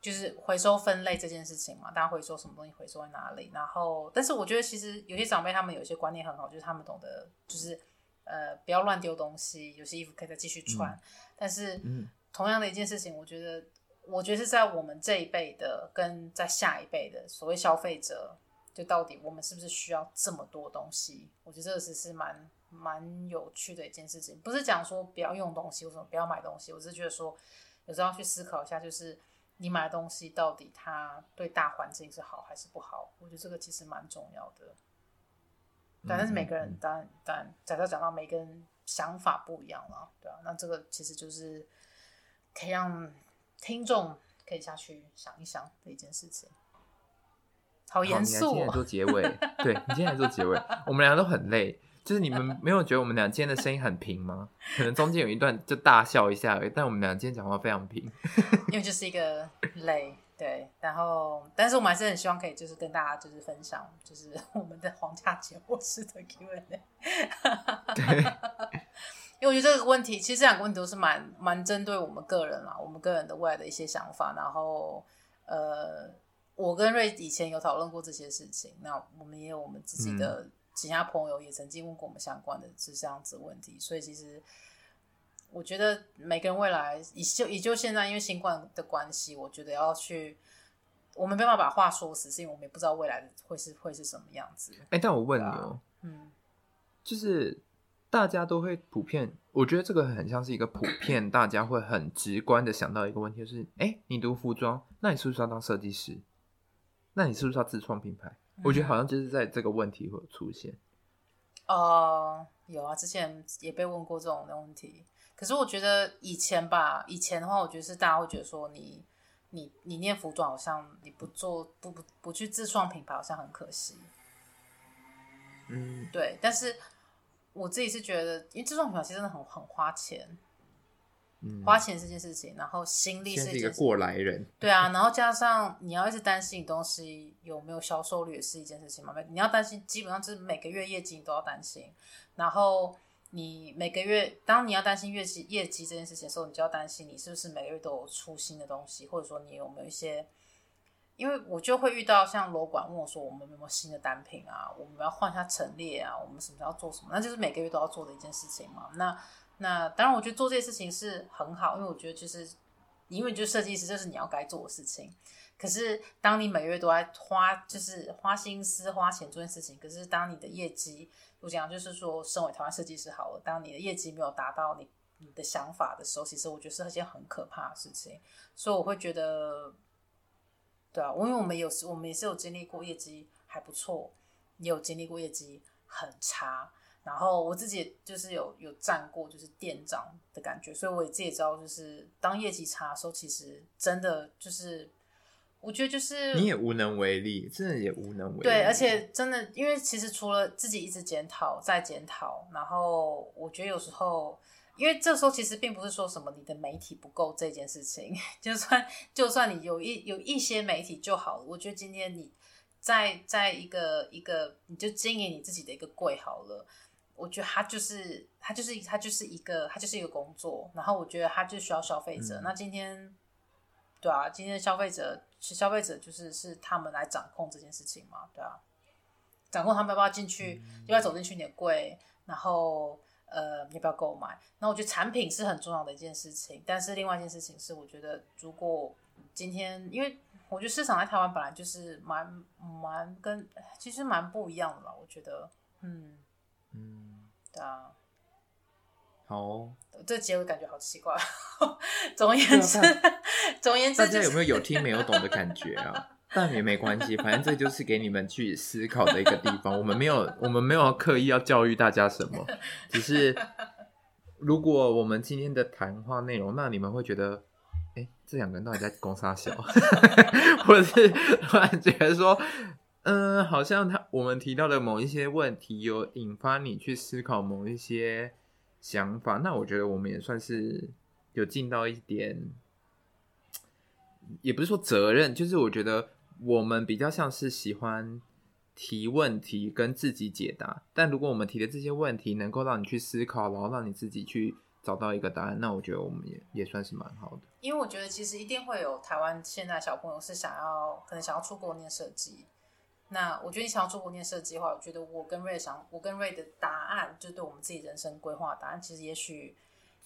A: 就是回收分类这件事情嘛，大家回收什么东西，回收在哪里。然后，但是我觉得其实有些长辈他们有些观念很好，就是他们懂得就是呃不要乱丢东西，有些衣服可以再继续穿。但是
B: 嗯
A: 同样的一件事情，我觉得我觉得是在我们这一辈的跟在下一辈的所谓消费者，就到底我们是不是需要这么多东西？我觉得这个是是蛮蛮有趣的一件事情，不是讲说不要用东西，或者不要买东西，我只是觉得说有时候要去思考一下，就是你买的东西到底它对大环境是好还是不好？我觉得这个其实蛮重要的。
B: 嗯
A: 对，但是每个人当然当然，假设讲到每个人想法不一样了，对啊，那这个其实就是可以让听众可以下去想一想的一件事情。好
B: 好
A: 严
B: 你
A: 肃、
B: 还今天来
A: 哦，
B: 做结尾，对你今天来做 结尾，我们俩都很累。就是你们没有觉得我们俩今天的声音很平吗？可能中间有一段就大笑一下而已，但我们俩今天讲话非常平。
A: 因为就是一个累，对，然后但是我们还是很希望可以就是跟大家就是分享，就是 我们的皇家解惑式的 Q&A。
B: 对，
A: 因为我觉得这个问题，其实这两个问题都是蛮蛮针对我们个人啦，我们个人的未来的一些想法。然后，呃，我跟瑞以前有讨论过这些事情，那我们也有我们自己的
B: 嗯
A: 其他朋友也曾经问过我们相关的是这样子的问题，所以其实。我觉得每个人未来，以就以就现在，因为新冠的关系，我觉得要去，我们没办法把话说死，是因为我们也不知道未来会是会是什么样子。
B: 哎、但我问你
A: 对啊
B: 哦、
A: 嗯
B: 就是大家都会普遍，我觉得这个很像是一个普遍，大家会很直观的想到一个问题，就是哎、诶你读服装，那你是不是要当设计师？那你是不是要自创品牌？我觉得好像就是在这个问题会有出现。
A: 哦、有啊，之前也被问过这种的问题。可是我觉得以前吧，以前的话，我觉得是大家会觉得说你你你念服装好像你不做不不不去自创品牌好像很可惜。
B: 嗯，
A: 对，但是我自己是觉得，因为自创品牌其实真的很很花钱，
B: 嗯
A: 花钱是件事情，然后心力
B: 先
A: 是
B: 是
A: 一
B: 一个
A: 件事
B: 过来人，
A: 对啊，然后加上你要一直担心你东西有没有销售率也是一件事情嘛，你要担心，基本上就是每个月业绩你都要担心，然后你每个月当你要担心业绩业绩这件事情的时候，你就要担心你是不是每个月都有出新的东西，或者说你有没有一些，因为我就会遇到像楼管问我说我们有没有新的单品啊，我们要换一下陈列啊，我们什么时候要做什么，那就是每个月都要做的一件事情嘛，那。那当然，我觉得做这些事情是很好，因为我觉得就是，因为你就是设计师，这是你要该做的事情。可是当你每月都在花，就是花心思、花钱做这件事情，可是当你的业绩，我讲就是说，身为台湾设计师好了，当你的业绩没有达到你你的想法的时候，其实我觉得是一件很可怕的事情。所以我会觉得，对啊，因为我们有时我们也是有经历过业绩还不错，也有经历过业绩很差。然后我自己也就是有有站过就是店长的感觉，所以我也自己也知道，就是当业绩差的时候，其实真的就是，我觉得就是
B: 你也无能为力，真的也无能为力。
A: 对，而且真的，因为其实除了自己一直检讨、再检讨，然后我觉得有时候，因为这时候其实并不是说什么你的媒体不够这件事情，就算就算你有一有一些媒体就好了，我觉得今天你在在一个一个，你就经营你自己的一个柜好了。我觉得它就是它就是它就是一个它就是一个工作，然后我觉得它就需要消费者。
B: 嗯
A: 那今天对啊，今天消费者是消费者，就是是他们来掌控这件事情嘛，对啊，掌控他们要不要进去，要不要走进去你的柜，然后呃要不要购买。那我觉得产品是很重要的一件事情，但是另外一件事情是，我觉得如果今天，因为我觉得市场在台湾本来就是蛮蛮跟其实蛮不一样的嘛，我觉得，嗯，
B: 嗯，
A: 对啊，
B: 好哦，
A: 这结尾感觉好奇怪。哦 总而言之
B: 对啊，
A: 总而言
B: 大
A: 之、就
B: 家
A: 是，
B: 有没有有听没有懂的感觉啊？但也没关系，反正这就是给你们去思考的一个地方。我们没有，我们没有刻意要教育大家什么，只是如果我们今天的谈话内容，那你们会觉得，哎、这两个人到底在攻杀小， 或者是突然觉得说，嗯，好像他我们提到的某一些问题，有引发你去思考某一些想法。那我觉得我们也算是有尽到一点，也不是说责任，就是我觉得我们比较像是喜欢提问题跟自己解答。但如果我们提的这些问题能够让你去思考，然后让你自己去找到一个答案，那我觉得我们也也算是蛮好的。
A: 因为我觉得其实一定会有台湾现在小朋友是想要可能想要出国念设计。那我觉得你想要出国念设计的话，我觉得我跟瑞想，我跟瑞的答案，就对我们自己人生规划的答案，其实也许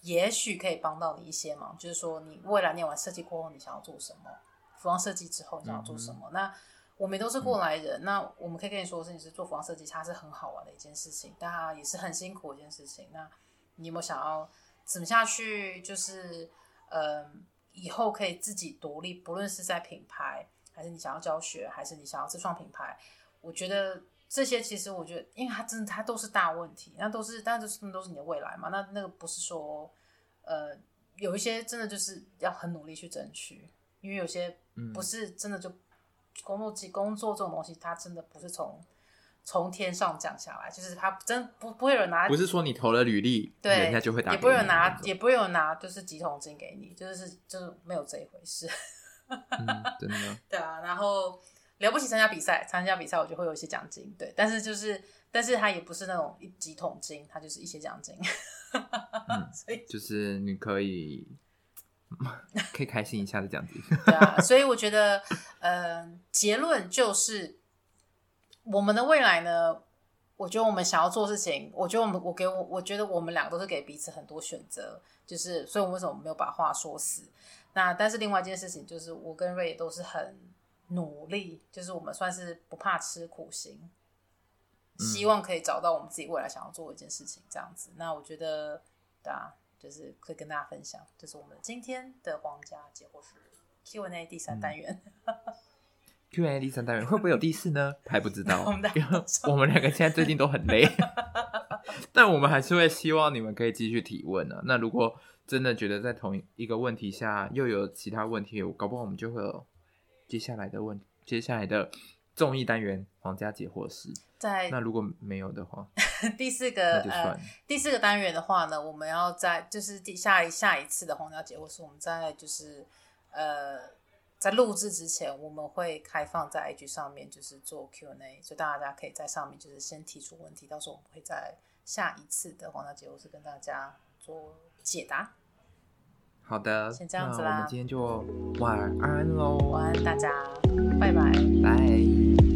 A: 也许可以帮到你一些忙。就是说你未来念完设计过后，你想要做什么？服装设计之后你想要做什么？那我们都是过来人，那我们可以跟你说的事情是做服装设计，它是很好玩的一件事情，但它也是很辛苦的一件事情。那你有没有想要怎么下去？就是呃，以后可以自己独立，不论是在品牌，还是你想要教学，还是你想要自创品牌，我觉得这些其实我觉得，因为它真的它都是大问题，那都是，但是那都是你的未来嘛。那那个不是说，呃，有一些真的就是要很努力去争取，因为有些
B: 嗯
A: 不是真的就工作机工作这种东西，它真的不是从从天上降下来，就是它真不不会有人拿
B: 不是说你投了履历，
A: 对
B: 人家就会打给
A: 也
B: 你
A: 不会有
B: 那
A: 拿，
B: 种
A: 也不会有拿，就是几桶金给你，就是就是没有这一回事。
B: 嗯，真的。
A: 对啊，然后了不起参加比赛，参加比赛我就会有一些奖金，对，但是就是，但是它也不是那种一几桶金，它就是一些奖金。
B: 嗯
A: 所以
B: 就是你可以 可以开心一下的这样子。
A: 对啊，所以我觉得，呃，结论就是我们的未来呢，我觉得我们想要做的事情，我觉得我们我给我我觉得我们俩都是给彼此很多选择，就是所以我们为什么没有把话说死？那但是另外一件事情就是，我跟瑞也都是很努力，就是我们算是不怕吃苦型，
B: 嗯
A: 希望可以找到我们自己未来想要做的一件事情，这样子。那我觉得，对啊，就是可以跟大家分享，
B: 嗯
A: 这、是我们今天的皇家解惑室 Q&A 第三单元。
B: Q&A 第三单元会不会有第四呢？还不知 道
A: 我们在，
B: 因为我们两个现在最近都很累， 但我们还是会希望你们可以继续提问啊。那如果真的觉得在同一个问题下又有其他问题，搞不好我们就会有接下来的问，接下来的综艺单元皇家解惑师。
A: 在
B: 那如果没有的话，
A: 第四个
B: 那就
A: 呃
B: 算了。
A: 第四个单元的话呢，我们要在就是第下一下一次的红娘节，或是我们在就是呃在录制之前，我们会开放在 IG 上面就是做 Q&A，所以大家可以在上面就是先提出问题，到时候我们会在下一次的红娘节，或是跟大家做解答。
B: 好的，
A: 先这样子
B: 那我
A: 啦
B: 们今天就晚安喽，
A: 晚安大家，拜拜。
B: 拜。